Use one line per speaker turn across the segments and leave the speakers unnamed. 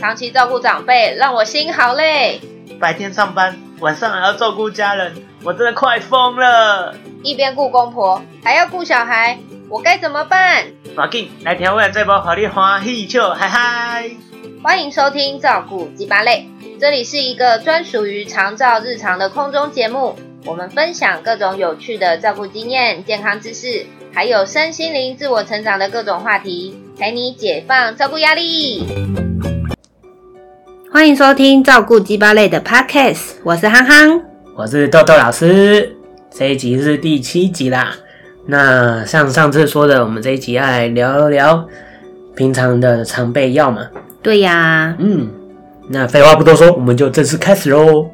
长期照顾长辈让我心好累，
白天上班，晚上还要照顾家人，我真的快疯了。
一边顾公婆还要顾小孩，我该怎么办？
马进来调味这包，好你欢喜笑，嗨嗨！
欢迎收听《照顾鸡巴类》，这里是一个专属于长照日常的空中节目，我们分享各种有趣的照顾经验、健康知识，还有身心灵自我成长的各种话题，陪你解放照顾压力。欢迎收听《照顾鸡巴类》的 Podcast，我是憨憨。
我是豆豆老师，这一集是第七集啦。那像上次说的，我们这一集要来聊一聊平常的常备药嘛。
对呀，
嗯，那废话不多说，我们就正式开始喽。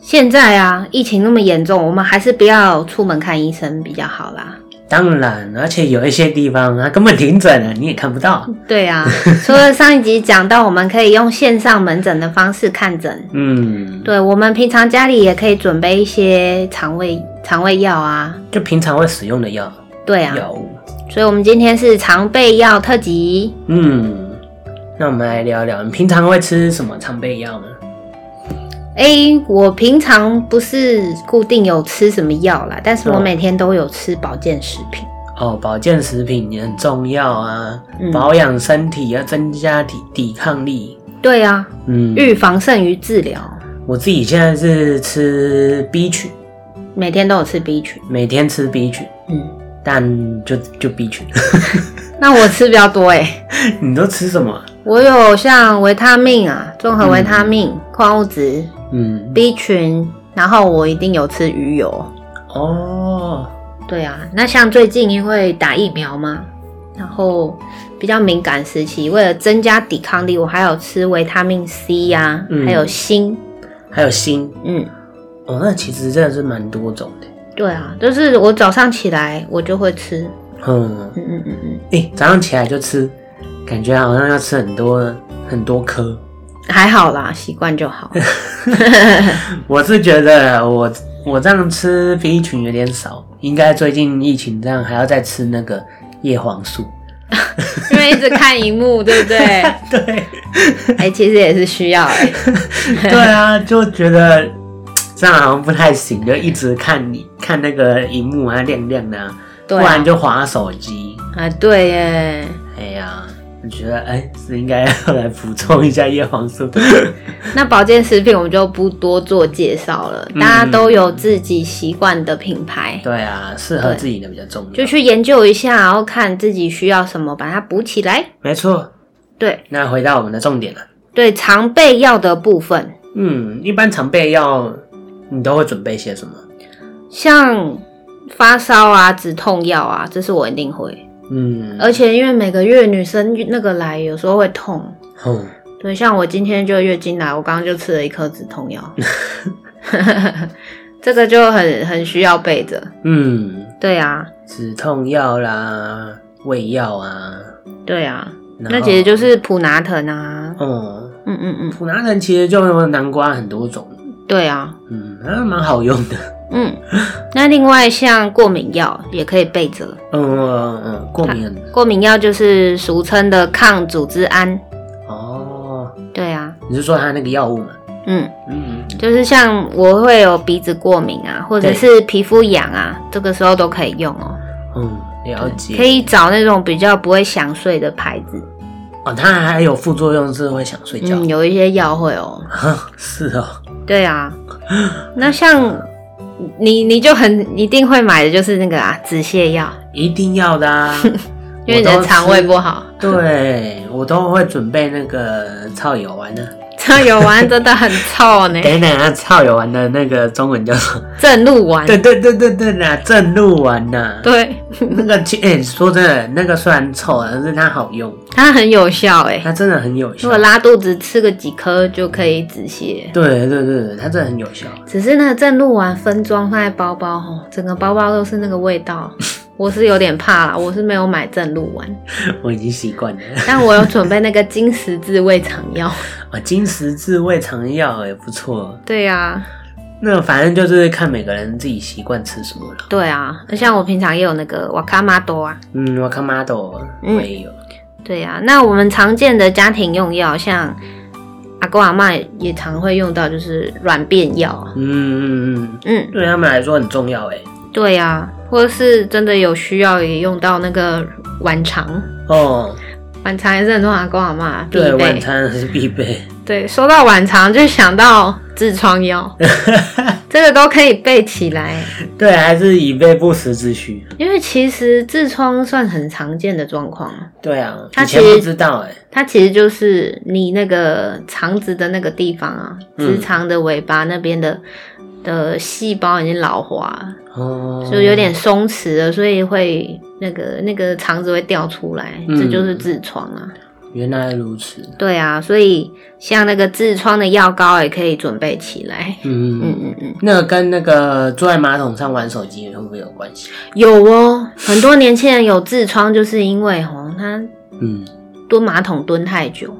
现在啊，疫情那么严重，我们还是不要出门看医生比较好啦。
当然，而且有一些地方它根本停诊了，你也看不到。
对啊， 除了上一集讲到，我们可以用线上门诊的方式看诊。
嗯，
对，我们平常家里也可以准备一些肠胃肠胃药啊。
就平常会使用的药
对啊，
药物。
所以我们今天是常备药特辑。
嗯，那我们来聊聊，你平常会吃什么常备药吗？
诶，我平常不是固定有吃什么药啦，但是我
嗯
每天都有吃保健食品。
哦，保健食品也很重要啊，
嗯
保养身体要增加抵抵抗力。
对啊，
嗯，
预防胜于治疗，
我自己现在是吃 B 群，
每天都有吃 B 群。
每天吃 B 群，
嗯，
但就就 B 群。
那我吃比较多诶。
你都吃什么啊？
我有像维他命啊，综合维他命、矿物质、
嗯，
B 群，然后我一定有吃鱼油。
哦，
对啊，那像最近因为打疫苗嘛，然后比较敏感时期，为了增加抵抗力，我还有吃维他命 C 呀、
嗯
还有锌。
还有锌，
嗯，
哦，那其实真的是蛮多种的。
对啊，就是我早上起来我就会吃。
嗯，
嗯嗯嗯嗯，
诶、早上起来就吃，感觉好像要吃很多很多颗。
还好啦，习惯就 好。
我是觉得我我这样吃 B 群有点少，应该最近疫情这样还要再吃那个叶黄素。
因为一直看荧幕，对 不对？哎、
对
其实也是需要哎、
对啊，就觉得嘖这样好像不太行，就一直看你看那个荧幕啊亮亮的、啊，不
对啊
然，就划手机。
啊对耶。
哎呀，我觉得哎是应该要来补充一下叶 黄素。
那保健食品我们就不多做介绍了，
嗯
大家都有自己习惯的品牌，
对啊，适合自己的比较重
就
要。
去研究一下，然后看自己需要什么，把它补起来。
没错。
对
那回到我们的重点了。
对，常备药的部分，
嗯，一般常备药你都会准备些什么？
像发烧啊、止痛药啊，这是我一定会。
嗯，
而且因为每个月女生那个来，有时候会痛。
哼
对，像我今天就月经来，我刚刚就吃了一颗止痛 药， 这个就很很需要备着。
嗯，
对啊，
止痛药啦，胃药啊，
对啊，
然后
那其实就是普拿疼啊，
嗯，
嗯嗯嗯，
普拿疼其实就有南瓜很多种，
对啊，
嗯，还蛮好用的。
嗯。那另外像过敏药也可以备着，
嗯嗯嗯，过敏很
过敏药就是俗称的抗组织胺。
哦，
对啊，
你是说它那个药物嘛？
嗯，
嗯，嗯
就是像我会有鼻子过敏啊，或者
对
是皮肤痒啊，这个时候都可以用哦。
嗯，了解。
可以找那种比较不会想睡的牌子，
哦，它还有副作用是会想睡觉
嗯，。有一些药会 哦。
是哦，
对啊，那像你你就很一定会买的就是那个啊止泻药，，
一定要的啊
因为你的肠胃
不。
不好。
对，我都会准备那个草油丸的、
这有玩真的很臭 呢，
等等啊，草油丸的那个中文叫什么？
正路玩。
对对对对对啦，正露丸呐、
对，
那个其哎、说真的，那个虽然臭，但是它好用，
它很有效哎、
它真的很有
如
效
果。拉肚子，吃个几颗就可以止泻。
对对对对，它真的很有效。
只是那个正露丸分装放在包包哦，整个包包都是那个味道，我是有点怕啦。我是没有买正露丸，
我已经习惯了。
但我有准备那个金十字胃肠药。
啊，金十字胃肠药也不错。
对呀、
那反正就是看每个人自己习惯吃什么了。
对啊，像我平常也有那个瓦卡玛多啊，
嗯，我看 model
嗯
我也有，
对啊。那我们常见的家庭用药，像阿公阿妈也常会用到，就是软便药啊。
嗯嗯嗯，
嗯，
对他们来说很重要哎。
对啊，或者是真的有需要也用到那个晚肠，
哦，
晚肠也是很多阿公阿妈必
对，晚
备。
餐是必备。
对，说到晚肠就想到痔疮 药，这个都可以备起来。
对，还是以备不时之需。
因为其实痔疮算很常见的状况，
对啊，
它
以前
其实
不知道哎。
它其实就是你那个肠子的那个地方啊，
嗯
直肠的尾巴那边的的细胞已经老化了，
哦，
就有点松弛了，所以会那个那个肠子会掉出来，
嗯
这就是痔疮啊。
原来如此。
对啊，所以像那个痔疮的药膏也可以准备起来。
嗯
嗯
嗯，
嗯嗯，
那跟那个坐在马桶上玩手机会不会有关系？
有哦，很多年轻人有痔疮，就是因为哦，他
嗯，
蹲马桶蹲太久，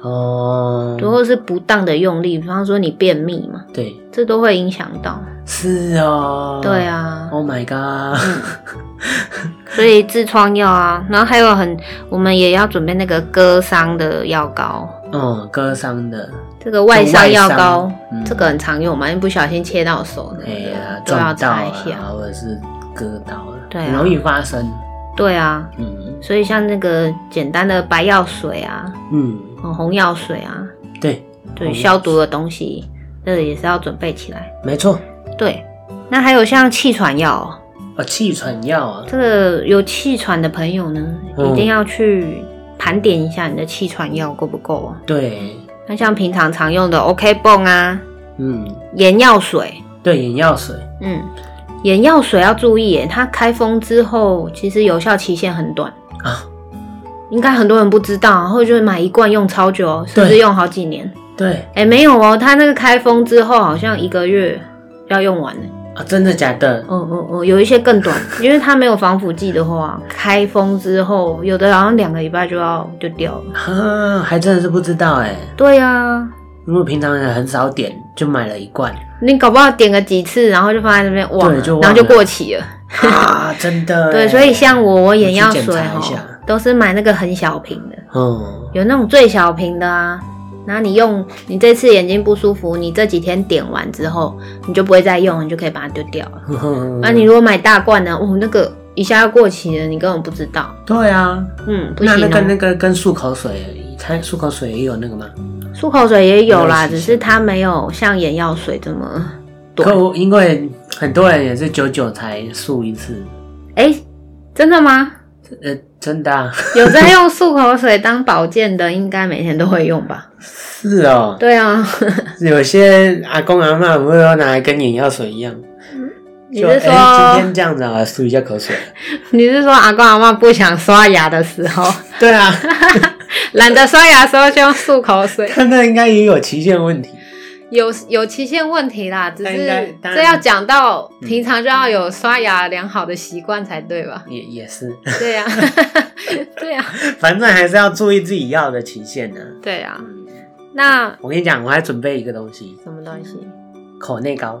哦，
对，或是不当的用力，比方说你便秘嘛，
对，
这都会影响到。
是哦，
对。啊，
Oh my god！
所以痔疮药啊，然后还有很，我们也要准备那个割伤的药膏，
嗯，割伤的，
这个外伤药膏
外伤，嗯
这个很常用嘛，因为不小心切到手那
哎呀
个，都要
撞到
擦
啊
一下。，
或者是割到了，
对啊
很容易发生。
对啊，
嗯
所以像那个简单的白药水啊，
嗯，
哦红药水啊，
对，哦
对
红药
消毒的东西，这个也是要准备起来。
没错。
对，那还有像气喘药哦、
哦，气喘药啊，
这个有气喘的朋友呢，
嗯
一定要去盘点一下你的气喘药够不够啊。
对，
那像平常常用的 OK 泵啊、
嗯，
眼药水，
对，眼药水，
嗯，眼药水要注意耶，它开封之后其实有效期限很短
啊，
应该很多人不知道，或者就是买一罐用超久哦，甚至
对
用好几年。
对
哎，没有哦，它那个开封之后好像一个月要用完呢。
啊，真的假的？
嗯嗯嗯，有一些更短，因为它没有防腐剂的话，开封之后有的好像两个礼拜就要就掉了。
啊，还真的是不知道哎，
对啊，
因为平常人很少点，就买了一罐
你搞不好点个几次，然后就放在那边忘了，
对就忘了
然后就过期了。
啊，真的欸。
对，所以像我，我眼药
我去
水
检查
哈
一下，
都是买那个很小瓶的，
嗯，
有那种最小瓶的啊。然后你用，你这次眼睛不舒服，你这几天点完之后，你就不会再用，你就可以把它丢掉了。
嗯 啊
那、啊你如果买大罐呢？哦，那个一下要过期了，你根本不知道。
对啊，
嗯，不
那
行、
那
哦。
跟那个跟漱口水，它漱口水也有那个吗？
漱口水也有啦，
没有洗
只是它没有像眼药水这么
可
短。
我因为很多人也是久久才漱一次，
哎、真的吗？
呃，真的、啊、
有在用漱口水当保健的，应该每天都会用吧？
是哦。
对 啊，
有些阿公阿妈不会都拿来跟眼药水一样，
你
就
是说、
哎今天这样子啊，漱一下口 水。
你是说阿公阿妈不想刷牙的时候，
对啊，
懒得刷牙的时候就用漱口水？
看那应该也有期限问题。
有有期限问题啦，只
那应该
是
当然
这要讲到平常就要有刷牙良好的习惯才对吧？
也也是，
对 呀、对呀、
反正还是要注意自己要的期限呢、
对呀、
嗯
那
我跟你讲，我还准备一个东西，
什么东西？
口内膏，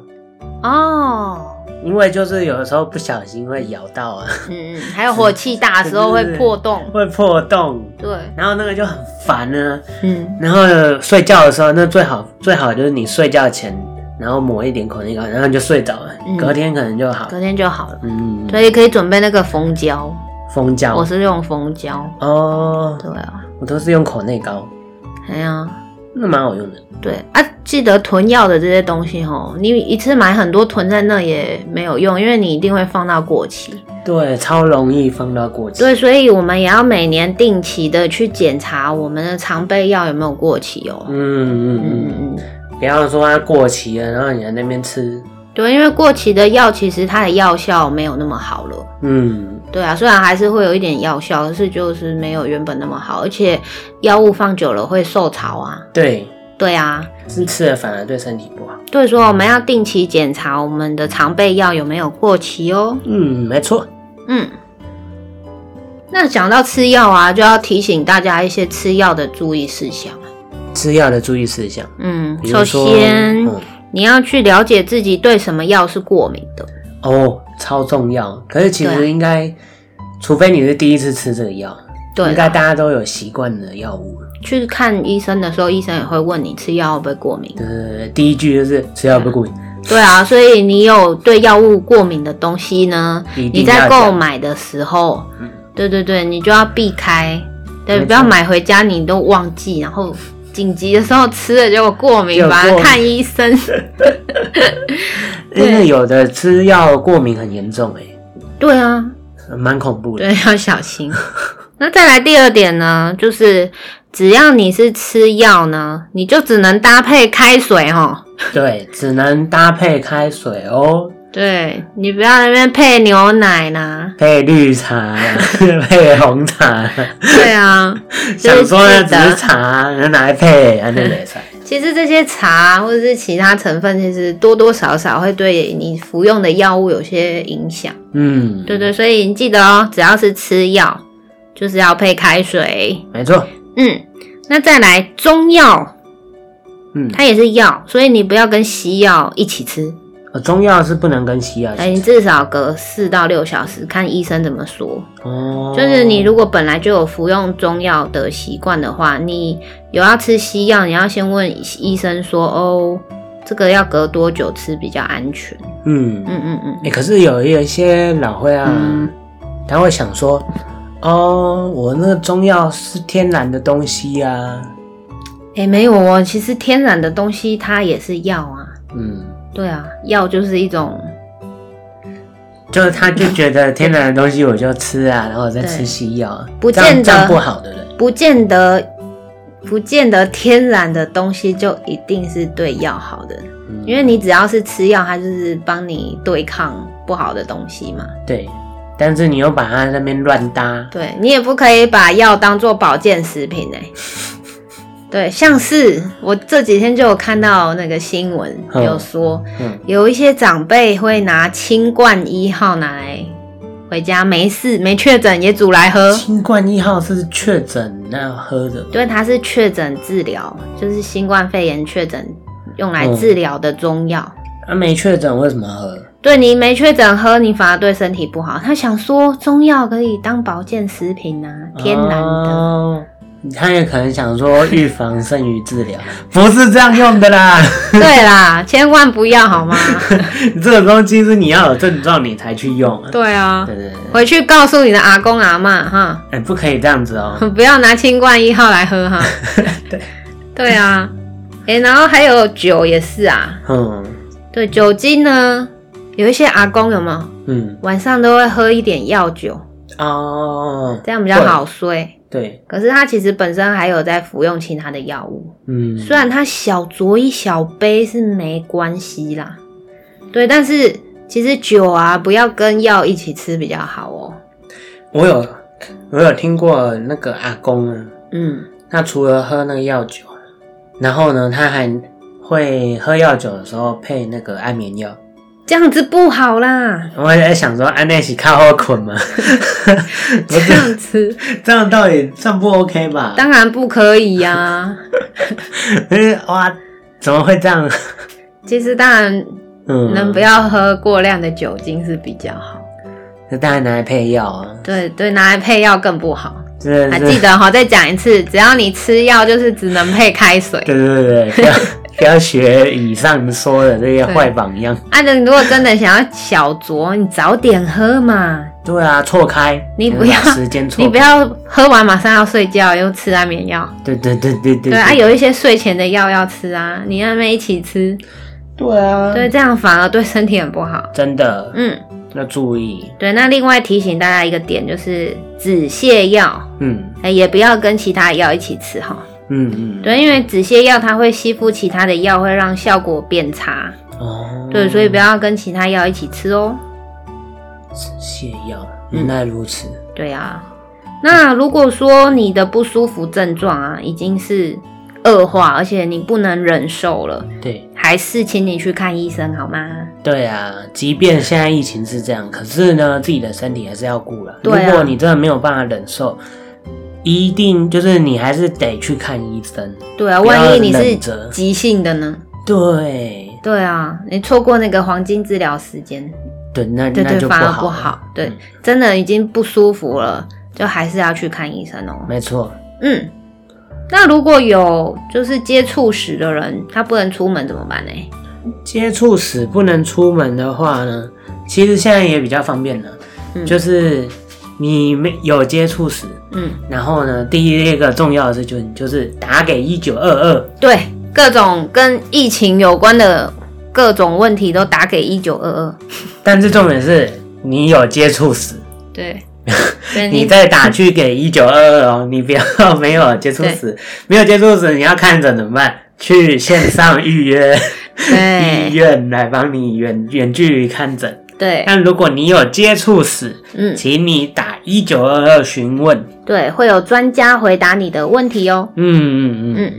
哦。
因为就是有的时候不小心会咬到啊，
嗯，嗯，还有火气大的时候会破洞。
会破洞，
对，
然后那个就很烦呢、
嗯，
然后睡觉的时候，那最好最好就是你睡觉前，然后抹一点口内膏，然后你就睡着了，
嗯
隔天可能就好。
隔天就好了。
嗯，
所以可以准备那个蜂胶，
蜂胶
我是用蜂胶。
哦，
对啊，
我都是用口内膏，
哎呀，
那蛮好用的。
对啊，记得囤药的这些东西吼，你一次买很多囤在那也没有用，因为你一定会放到过期。
对，超容易放到过期。
对，所以我们也要每年定期的去检查我们的常备药有没有过期哦。
嗯嗯嗯，
嗯嗯，
不要说它过期了，然后你在那边吃，
对，因为过期的药其实它的药效没有那么好了。
嗯，
对啊，虽然还是会有一点药效，可是就是没有原本那么好，而且药物放久了会受潮啊。
对，
对啊，
是吃了反而对身体不好。
所以说我们要定期检查我们的常备药有没有过期哦。
嗯，没错。
嗯，那讲到吃药啊，就要提醒大家一些吃药的注意事项。
吃药的注意事项，
嗯，
比
首
如说，
先、
嗯
你要去了解自己对什么药是过敏的。
哦，超重要。可是其
对啊
实应该，除非你是第一次吃这个药，
对啊
应该
啦，
大家都有习惯的药物了。
去看医生的时候，医生也会问你吃药会不会过敏。
呃，第一句就是吃药不过瘾，
对啊，所以你有对药物过敏的东西呢，
一定
你在
要
购
讲
买的时候
嗯，
对对对，你就要避开，对，
没错
不要买回家你都忘记，然后紧急的时候吃了结果过敏，
结果
把它
过敏
看医 生。
因
对
为有的吃药过敏很严重、欸，
对啊，
蛮恐怖的。
对，要小 心。那再来第二点呢，就是只要你是吃药呢，你就只能搭配开水哦。
对，只能搭配开水哦，。
对你不要在那边配牛奶啦
配绿茶， 配红茶。
对啊，
想说呢，
记
只
得
是茶，然后啊拿来配，安那没 菜。
其实这些茶或者是其他成分，其实多多少少会对你服用的药物有些影响。
嗯，
对，对，所以你记得哦，只要是吃药，就是要配开水。
没错。
嗯，那再来中药，
嗯，
它也是药，所以你不要跟西药一起吃。
哦中药是不能跟西药一
哎，
起
你
吃
至少隔四到六小时，看医生怎么说。
哦，
就是你如果本来就有服用中药的习惯的话，你有要吃西药，你要先问医生说，哦，这个要隔多久吃比较安全？
嗯，
嗯嗯嗯，
哎，可是有一些老会啊，
嗯
他会想说，哦，我那个中药是天然的东西呀、啊，
哎、没有哦，其实天然的东西它也是药啊，
嗯，
对啊，药就是一种，
就是他就觉得天然的东西我就吃啊，然后我再
对
吃西药啊，
不
这样
见得
这样不好的人，
不见得。不见得天然的东西就一定是对药好的，
嗯
因为你只要是吃药，它就是帮你对抗不好的东西嘛。
对，但是你又把它那边乱搭，
对你也不可以把药当做保健食品哎、 对，像是我这几天就有看到那个新闻，
嗯
有说
嗯，
有一些长辈会拿清冠一号拿来回家，没事没确诊也煮来喝。
新冠一号是确诊那要喝的吗，
对，它是确诊治疗，就是新冠肺炎确诊用来
嗯
治疗的中药。
啊没确诊为什么要喝？
对你没确诊喝，你反而对身体不好。他想说中药可以当保健食品啊，天然的。
哦他也可能想说预防胜于治疗，不是这样用的啦。
对啦，千万不要好吗？
这个东西是你要有症状你才去用、啊。
对啊，
对对对，
回去告诉你的阿公阿妈哈，
哎、不可以这样子哦。
不要拿清冠一号来喝哈。
对，
对啊，诶、然后还有酒也是啊，
嗯
对，酒精呢，有一些阿公有没有
嗯
晚上都会喝一点药酒，
哦，
这样比较好睡。
对，
可是他其实本身还有在服用其他的药物，
嗯，
虽然他小酌一小杯是没关系啦，对，但是其实酒啊不要跟药一起吃比较好哦。
我有我有听过那个阿公啊，
嗯，
他除了喝那个药酒，啊然后呢，他还会喝药酒的时候配那个安眠药。
这样子不好啦，
我也在想说，安那起靠后捆吗？
这样子
这样到底算不 OK 吧？
当然不可以啊呀、
就是哇，怎么会这样？
其实当然
嗯，
能不要喝过量的酒精是比较好，
那当然拿来配药啊，
对对，拿来配药更不好。
这
还
这
记得哈，再讲一次，只要你吃药，就是只能配开水。
对对对对，不要不要学以上说的这些坏榜样。
啊，你如果真的想要小酌，你早点喝嘛，
对啊，错开，
你
就是
不要
把时间错开，
你不要喝完马上要睡觉，又吃安眠药。
对对对对对
对啊，有一些睡前的药要吃啊，你让他们一起吃，
对啊，
对，这样反而 对身体很不好。
真的
嗯。
要注意，
对，那另外提醒大家一个点就是止泻药，
嗯
哎，也不要跟其他药一起吃哈。
嗯嗯，
对，因为止泻药它会吸附其他的药，会让效果变差。
哦，
对，所以不要跟其他药一起吃哦。
泻药，
嗯
原来如此，
对啊，那如果说你的不舒服症状啊已经是恶化，而且你不能忍受了，
对
还是请你去看医生好吗？
对啊，即便现在疫情是这样，可是呢，自己的身体还是要顾了。
对啊
如果你真的没有办法忍受，一定就是你还是得去看医生。
对啊，
不要
万一你
忍
是
着
急性的呢？
对，
对啊，你错过那个黄金治疗时间，
对，那
对
那
对，
就
反而
好
不
了
好。对，
嗯
真的已经不舒服了，就还是要去看医生哦。
没错，
嗯，那如果有就是接触史的人，他不能出门怎么办呢？
接触史不能出门的话呢，其实现在也比较方便了，
嗯
就是你没有接触史，
嗯，
然后呢，第一个重要的事情就是打给一九二二，
对，各种跟疫情有关的各种问题都打给一九二二。
但是重点是你有接触史，
对，对
你再打去给一九二二哦，你不要没有接触史，没有接触史你要看诊怎么办？去线上预约 医
对
院来帮你远远距离看诊。
对，
但如果你有接触史，
嗯，
请你打一九二二询问。
对，会有专家回答你的问题哦。
嗯嗯嗯
嗯，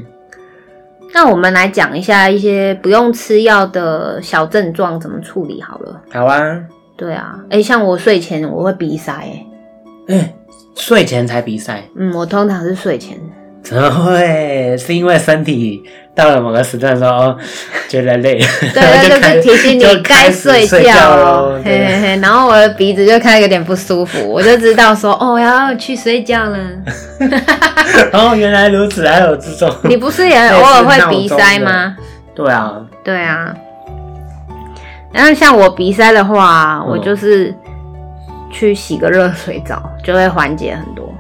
那我们来讲一下一些不用吃药的小症状怎么处理好了。
好啊。
对啊，诶，像我睡前我会鼻塞、诶，
哎、睡前才比赛，
嗯，我通常是睡前，
怎么会？是因为身体到了某个时段的时候， 哦觉得累了，
对，
然后
那就
开
是提醒
就
你
开
该
始
睡
睡
觉
咯
了。嘿
对
嘿嘿，然后我的鼻子就开始有点不舒服，我就知道说，哦，我要去睡觉 了。
哦，原来如此，还有这种。
你不是也偶尔会鼻塞吗？
对啊，
对啊。然后像我鼻塞的话，我就是去洗个热水澡，就会缓解很多。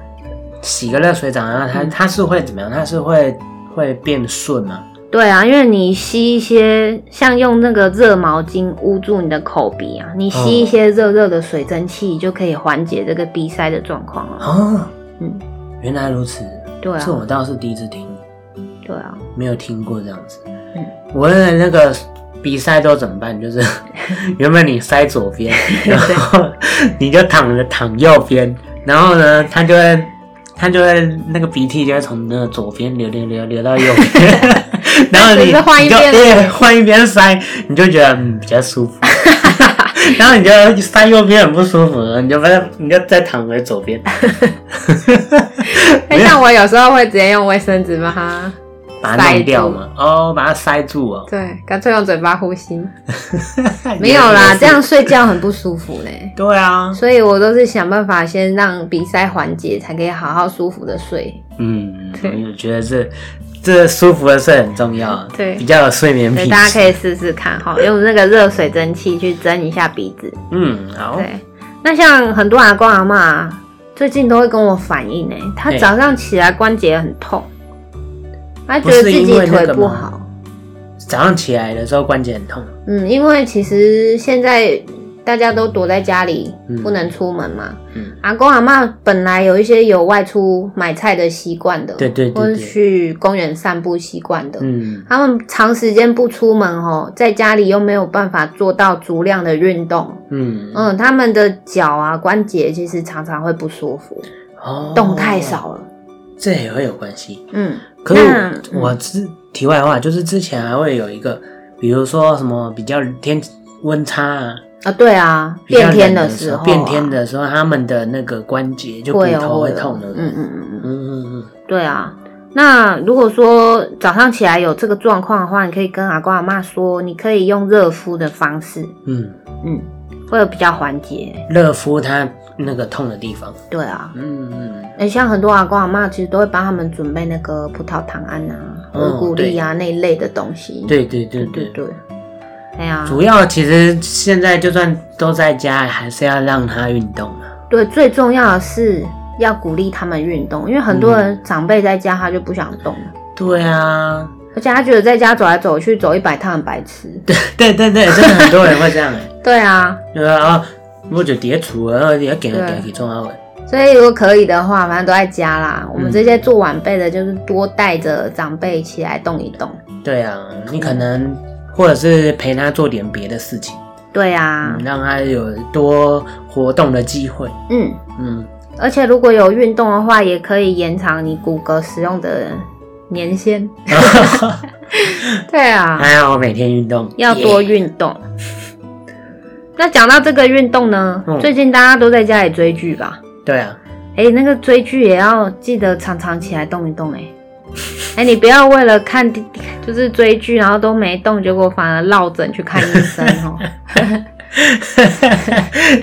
洗个热水澡，然后它
嗯
它是会怎么样？它是会会变顺吗？
对啊，因为你吸一些像用那个热毛巾捂住你的口鼻啊，你吸
哦
一些热热的水蒸气，就可以缓解这个鼻塞的状况了。
哦，
嗯，
原来如此，
对啊
这，我倒是第一次听，
对啊，
没有听过这样子。
嗯
我的那个鼻塞都怎么办？就是 原本你塞左 边，然后你就躺着躺右边，然后呢，它就会它就会那个鼻涕就会从那个左边流流流流到 右边。然后你
那只是换一
你就
边
对换一边塞，你就觉得嗯比较舒 服，然后你就塞右边很不舒服，你就不要你就再躺回左边，
哎，像我有时候会直接用卫生纸把它，
把它弄掉嘛，哦，把它塞住哦，
对，干脆用嘴巴呼吸。没有啦，这样睡觉很不舒服嘞，
对啊，
所以我都是想办法先让鼻塞缓解，才可以好好舒服的睡。
嗯，
对
我觉得这这舒服的睡很重要，
对
比较有睡眠
对，
品
大家
质，
可以试试看 哈，用那个热水蒸气去蒸一下鼻子。
嗯，好，
对，那像很多阿公阿妈最近都会跟我反映哎、他
对
早上起来关节很痛，他觉
不
得
是
自己
因为那
腿
个
不
吗
好。
早上起来的时候关节很痛，
嗯，因为其实现在大家都躲在家里，
嗯
不能出门嘛。
嗯，
阿公阿妈本来有一些有外出买菜的习惯的，
对对对
或是
对
去公园散步习惯的。
嗯，
他们长时间不出门哦，在家里又没有办法做到足量的运动，
嗯，
嗯，他们的脚啊关节其实常常会不舒服，
哦
动太，少了。
这也会有关系。
嗯，
可是
那
我我之题外话，就是之前还会有一个，比如说什么比较天温差啊，
啊，对啊，
比较
变天
冷的
时候啊，
变天的时候，他们的那个关节就骨
会哦
头会
哦
痛的。
嗯嗯嗯嗯。
嗯嗯
对啊，那如果说早上起来有这个状况的话，你可以跟阿公阿妈说，你可以用热敷的方式，
嗯
嗯，会有比较缓解。
嗯，热敷它那个痛的地方。
对啊，
嗯嗯，
诶，像很多阿公阿妈其实都会帮他们准备那个葡萄糖胺啊、
嗯
五谷粒啊那一类的东西。
对对对
对对，
对。
哎呀、
主要其实现在就算都在家，还是要让它运动啊。
对，最重要的是要鼓励他们运动，因为很多人长辈在家他就不想动了。
对啊，
而且他觉得在家走来走去走一百趟很白痴，
对对对，真的很多人会这样哎、
对啊，
对啊，我就叠除了，然后也给
对
给去中阿伟。
所以如果可以的话，反正都在家啦。我们
嗯
这些做晚辈的，就是多带着长辈起来动一动。
对啊，
嗯
你可能或者是陪他做点别的事情，
对啊
嗯，，让他有多活动的机会。
嗯，
嗯，
而且如果有运动的话，也可以延长你骨骼使用的年限。对啊，
还好我每天运动，
要多
耶
运动。那讲到这个运动呢，
嗯
最近大家都在家里追剧吧？
对啊，
哎、那个追剧也要记得常常起来动一动哎、哎，你不要为了看就是追剧，然后都没动，结果反而落枕去看医生哦。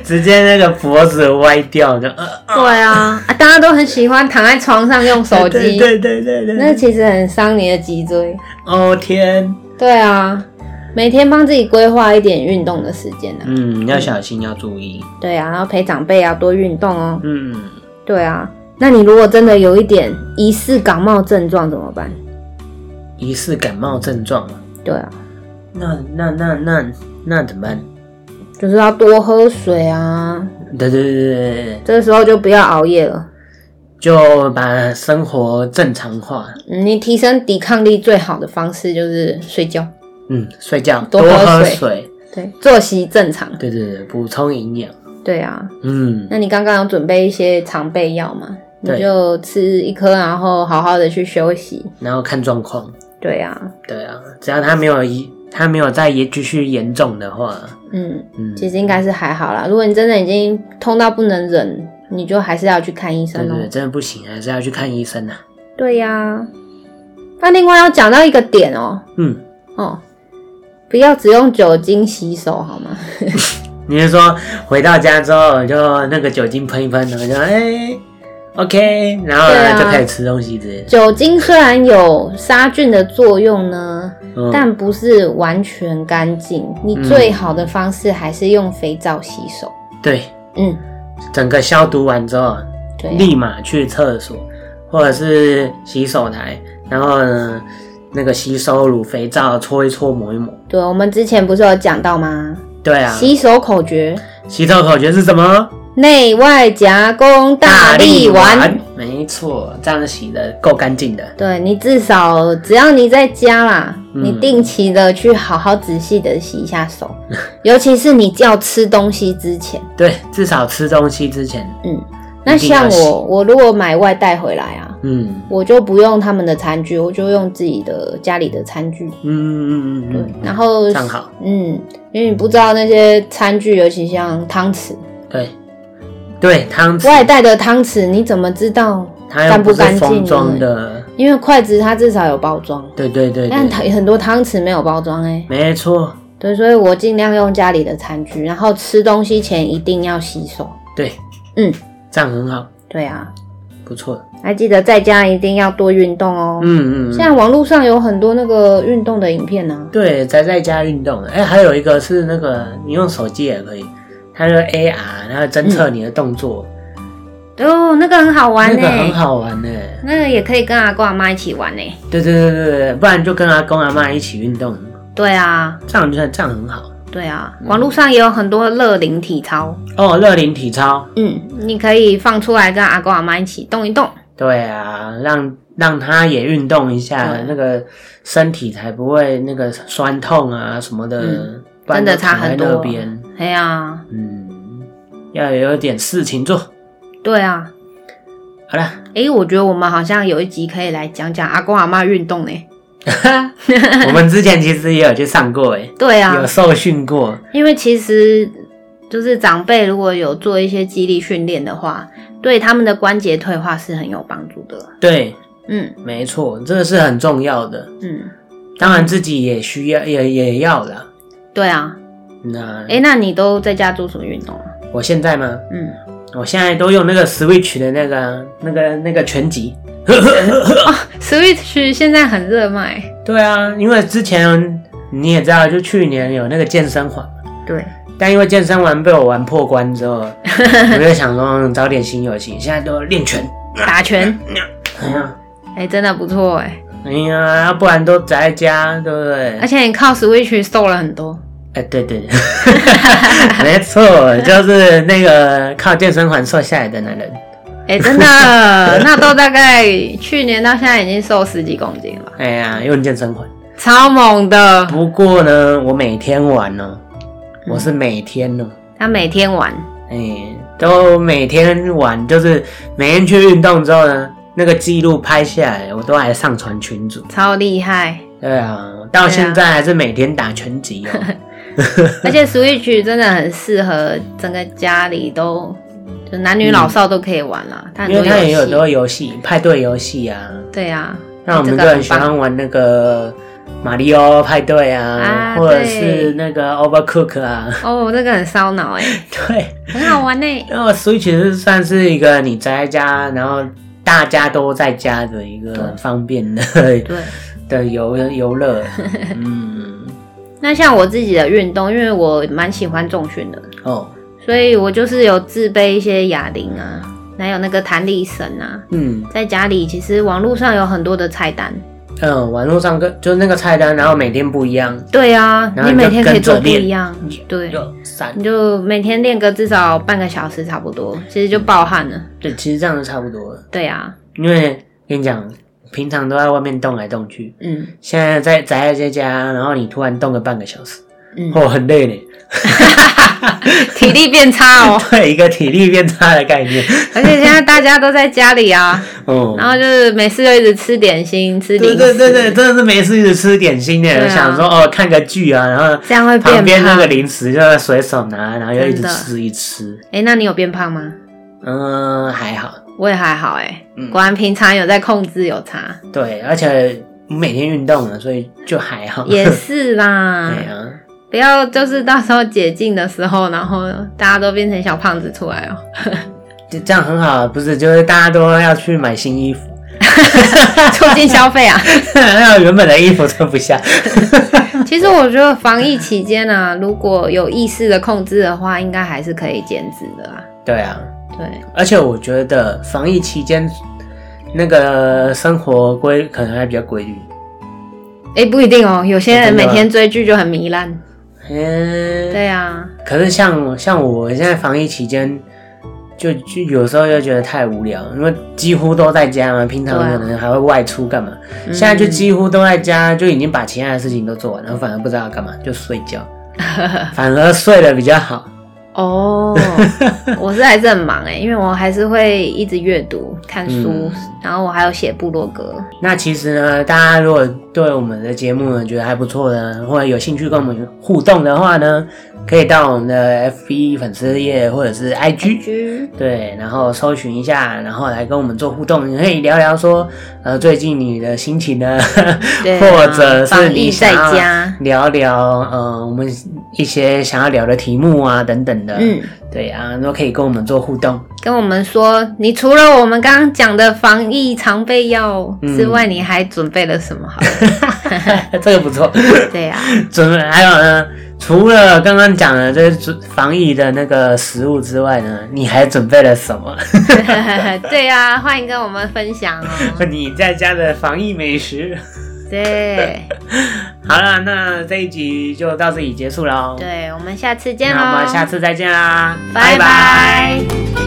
直接那个脖子歪掉就呃，
对啊，啊，大家都很喜欢躺在床上用手
对
机，
对对对对，
那其实很伤你的脊椎。
哦天，
对啊，每天帮自己规划一点运动的时间啊。
嗯，要小心，要注意，
对啊，然后陪长辈要多运动哦。
嗯，
对啊，那你如果真的有一点疑似感冒症状怎么办？
疑似感冒症状嘛，
对啊，
那那那那那怎么办？
就是要多喝水啊，
对对对对对对，
这个时候就不要熬夜了。
就把生活正常化，
嗯你提升抵抗力最好的方式就是睡觉，
嗯，睡觉，
多
多
喝
喝
水
水，
对，作息正常。
对对对，补充营养，
对啊，
嗯，
那你刚刚有准备一些常备药嘛？你
对
就吃一颗，然后好好的去休息。
然后看状况，
对啊，
对啊，只要他没有一他没有再也继续严重的话，
嗯，
嗯，
其实应该是还好啦。如果你真的已经痛到不能忍，你就还是要去看医
对
生哦、
对，真的不行，还是要去看医生呐、
对呀、那另外要讲到一个点哦、
嗯，
哦，不要只用酒精洗手好吗？
你是说回到家之后就那个酒精喷一喷，然后就哎、OK，然后
对
呢、
啊
就开始吃东西之类的，
酒精虽然有杀菌的作用呢，
嗯、
但不是完全干净。你最好的方式还是用肥皂洗手。
对，
嗯，
整个消毒完之后，
对啊、
立马去厕所或者是洗手台，然后呢那个洗手乳、肥皂搓一搓、抹一抹。
对，我们之前不是有讲到吗？
对啊，
洗手口诀：
洗手口诀是什么？
内外夹攻大力丸。，
没错，这样洗的够干净的。
对你至少只要你在家啦，
嗯
你定期的去好好仔细的洗一下 手，尤其是你要吃东西之前。
对，至少吃东西之前，
嗯，那
一定要
像
洗
我，我如果买外带回来啊，
嗯
我就不用他们的餐具，我就用自己的家里的餐具。
嗯嗯嗯
对，
嗯嗯，
然后
这样好。
嗯，因为你不知道那些餐具，尤其像汤匙，
对对，汤匙
外带的汤匙你怎么知道
它又不
干不
是
干净
封装的，
因为筷子它至少有包装，
对对对
但
对，
它很多汤匙没有包装哎、
没错，
对，所以我尽量用家里的餐具，然后吃东西前一定要洗手。
对，
嗯，
这样很好，
对啊，
不错。
还记得在家一定要多运动哦。
嗯嗯，
现在网络上有很多那个运动的影片啊呢、
对，宅在家运动。哎、还有一个是那个你用手机也可以，它就是 AR，然后侦测你的动作，
哦，那个很好嗯玩
那
呢、
个很好玩呢、欸
那个也可以跟阿公阿妈一起玩欸呢、
对对对对对，不然就跟阿公阿妈一起运动，
对啊，
这样就这样很好。
对啊，
嗯
网络上也有很多乐龄体操，
哦，热龄体操，
嗯，你可以放出来跟阿公阿妈一起动一动。
对啊，让让他也运动一下
对，
那个身体才不会那个酸痛啊什么的，
嗯
不然
真的
都
差
躺在
很多
那边，
哎呀，
嗯，要有点事情做。
对啊，
好了，
诶，我觉得我们好像有一集可以来讲讲阿公阿妈运动呢、
我们之前其实也有去上过、诶
对啊
有，受训过，
因为其实就是长辈如果有做一些肌力训练的话，对他们的关节退化是很有帮助的。
对，
嗯
没错，这个是很重要的。
嗯，
当然自己也需要，也也要啦。
对啊。
那
诶，那你都在家做什么运动啊？
我现在吗？
嗯，
我现在都用那个 Switch 的那个、啊那个、那个拳击。
哦，Switch 现在很热卖。
对啊，因为之前你也知道，就去年有那个健身环，
对，
但因为健身环被我玩破 关之后，我就想说找点新游戏，现在都练拳。
打拳，
哎呀，
诶，真的不错诶。
哎呀，不然都宅在家，对不对？
而且你靠 Switch 瘦了很多。
哎，对对， 对没错，就是那个靠健身环瘦下来的男人。
哎、真的，那都大概去年到现在已经瘦十几公斤了，
哎呀，用健身环。
超猛的。
不过呢，我每天玩呢，我是每天哦呢，
他每天玩，
哎、都每天玩，就是每天去运动之后呢，那个记录拍下来，我都还上传群组。
超厉 害，
对啊，到现在还是每天打拳击哦。
啊 而且 Switch 真的很适合整个家里都， 就男女老少都可以玩啦。它很
因为
多
它也有
游
很
戏，
多游戏，派对游戏啊，
对啊，
那我们就很喜欢玩那个马里奥派对啊，
啊
或者
对
是那个 Overcook 啊，
哦，这个很烧脑哎，
对。
很好玩欸呢。
那个 Switch 是算是一个你宅在家，然后大家都在家的一个
对
很方便的
对，
的游游乐。嗯，
那像我自己的运动，因为我蛮喜欢重训的，
哦，
所以我就是有自备一些哑铃啊，还有那个弹力绳啊，
嗯
在家里其实网络上有很多的菜单。
嗯，网络上跟就是那个菜单，然后每天不一样，
对啊，
然后
你
你就
每天可以
跟着
做不
练
一样，对，
有三
你，就每天练个至少半个小时差不多，其实就爆汗了。
对，其实这样就差不多了。
对啊，
因为跟你讲，平常都在外面动来动去，
嗯
现在在宅在家，然后你突然动个半个小时，
嗯，
哦，很累 嘞。。
体力变差哦
对，一个体力变差的概念。
而且现在大家都在家里啊，
哦，
然后就是每次就一直吃点心，吃零
对
食，
对对对，真的是没事一直吃点心
对
的，
啊
想说哦看个剧啊，然后
这样会
旁边
变
那
胖。
个
哎、
零食就随手拿，然后就一直
真的
吃一吃。
那你有变胖吗？
嗯，还好。
我也还好哎、
嗯
果然平常有在控制有差，
对，而且每天运动了，啊所以就还好。
也是啦
对。啊，
不要就是到时候解禁的时候，然后大家都变成小胖子出 来哦。
就这样很好，不是？就是大家都要去买新衣服，
促进消费啊！
然后原本的衣服穿不下。
其实我觉得防疫期间啊，如果有意识的控制的话，应该还是可以减脂的啊。
对啊，
对，
而且我觉得防疫期间那个生活规可能还比较规律。
哎、不一定哦，有些人
真的
每
吗
天追剧就很糜烂。
嗯，
对啊，
可是像像我现在防疫期间，就就有时候就觉得太无聊，因为几乎都在家嘛，平常
对啊
可能还会外出干嘛，
嗯
现在就几乎都在家，就已经把其他的事情都做完了，反而不知道要干嘛，就睡觉，反而睡得比较好。
哦，我是还是很忙哎、因为我还是会一直阅读、看书，然后我还有写部落格。
那其实呢，大家如果对我们的节目呢觉得还不错呢，或者有兴趣跟我们互动的话呢，可以到我们的 FB 粉丝页或者是 IG。
居
对，然后搜寻一下，然后来跟我们做互动，你可以聊聊说，呃，最近你的心情呢，
对啊
或者是你想
防疫在
要
家
聊聊，呃，我们一些想要聊的题目啊，等等的，
嗯，
对啊，都可以跟我们做互动。
跟我们说，你除了我们刚刚讲的防疫常备药之
嗯
外，你还准备了什么好？
这个不错，
对啊，
准备还有呢，除了刚刚讲的这是防疫的那个食物之外呢，你还准备了什么？
对啊，欢迎跟我们分享哦。
你在家的防疫美食。
对，
好了，那这一集就到这里结束喽。哦
对，我们下次见
那
喽。
我们下次再见啦，
拜拜。
拜拜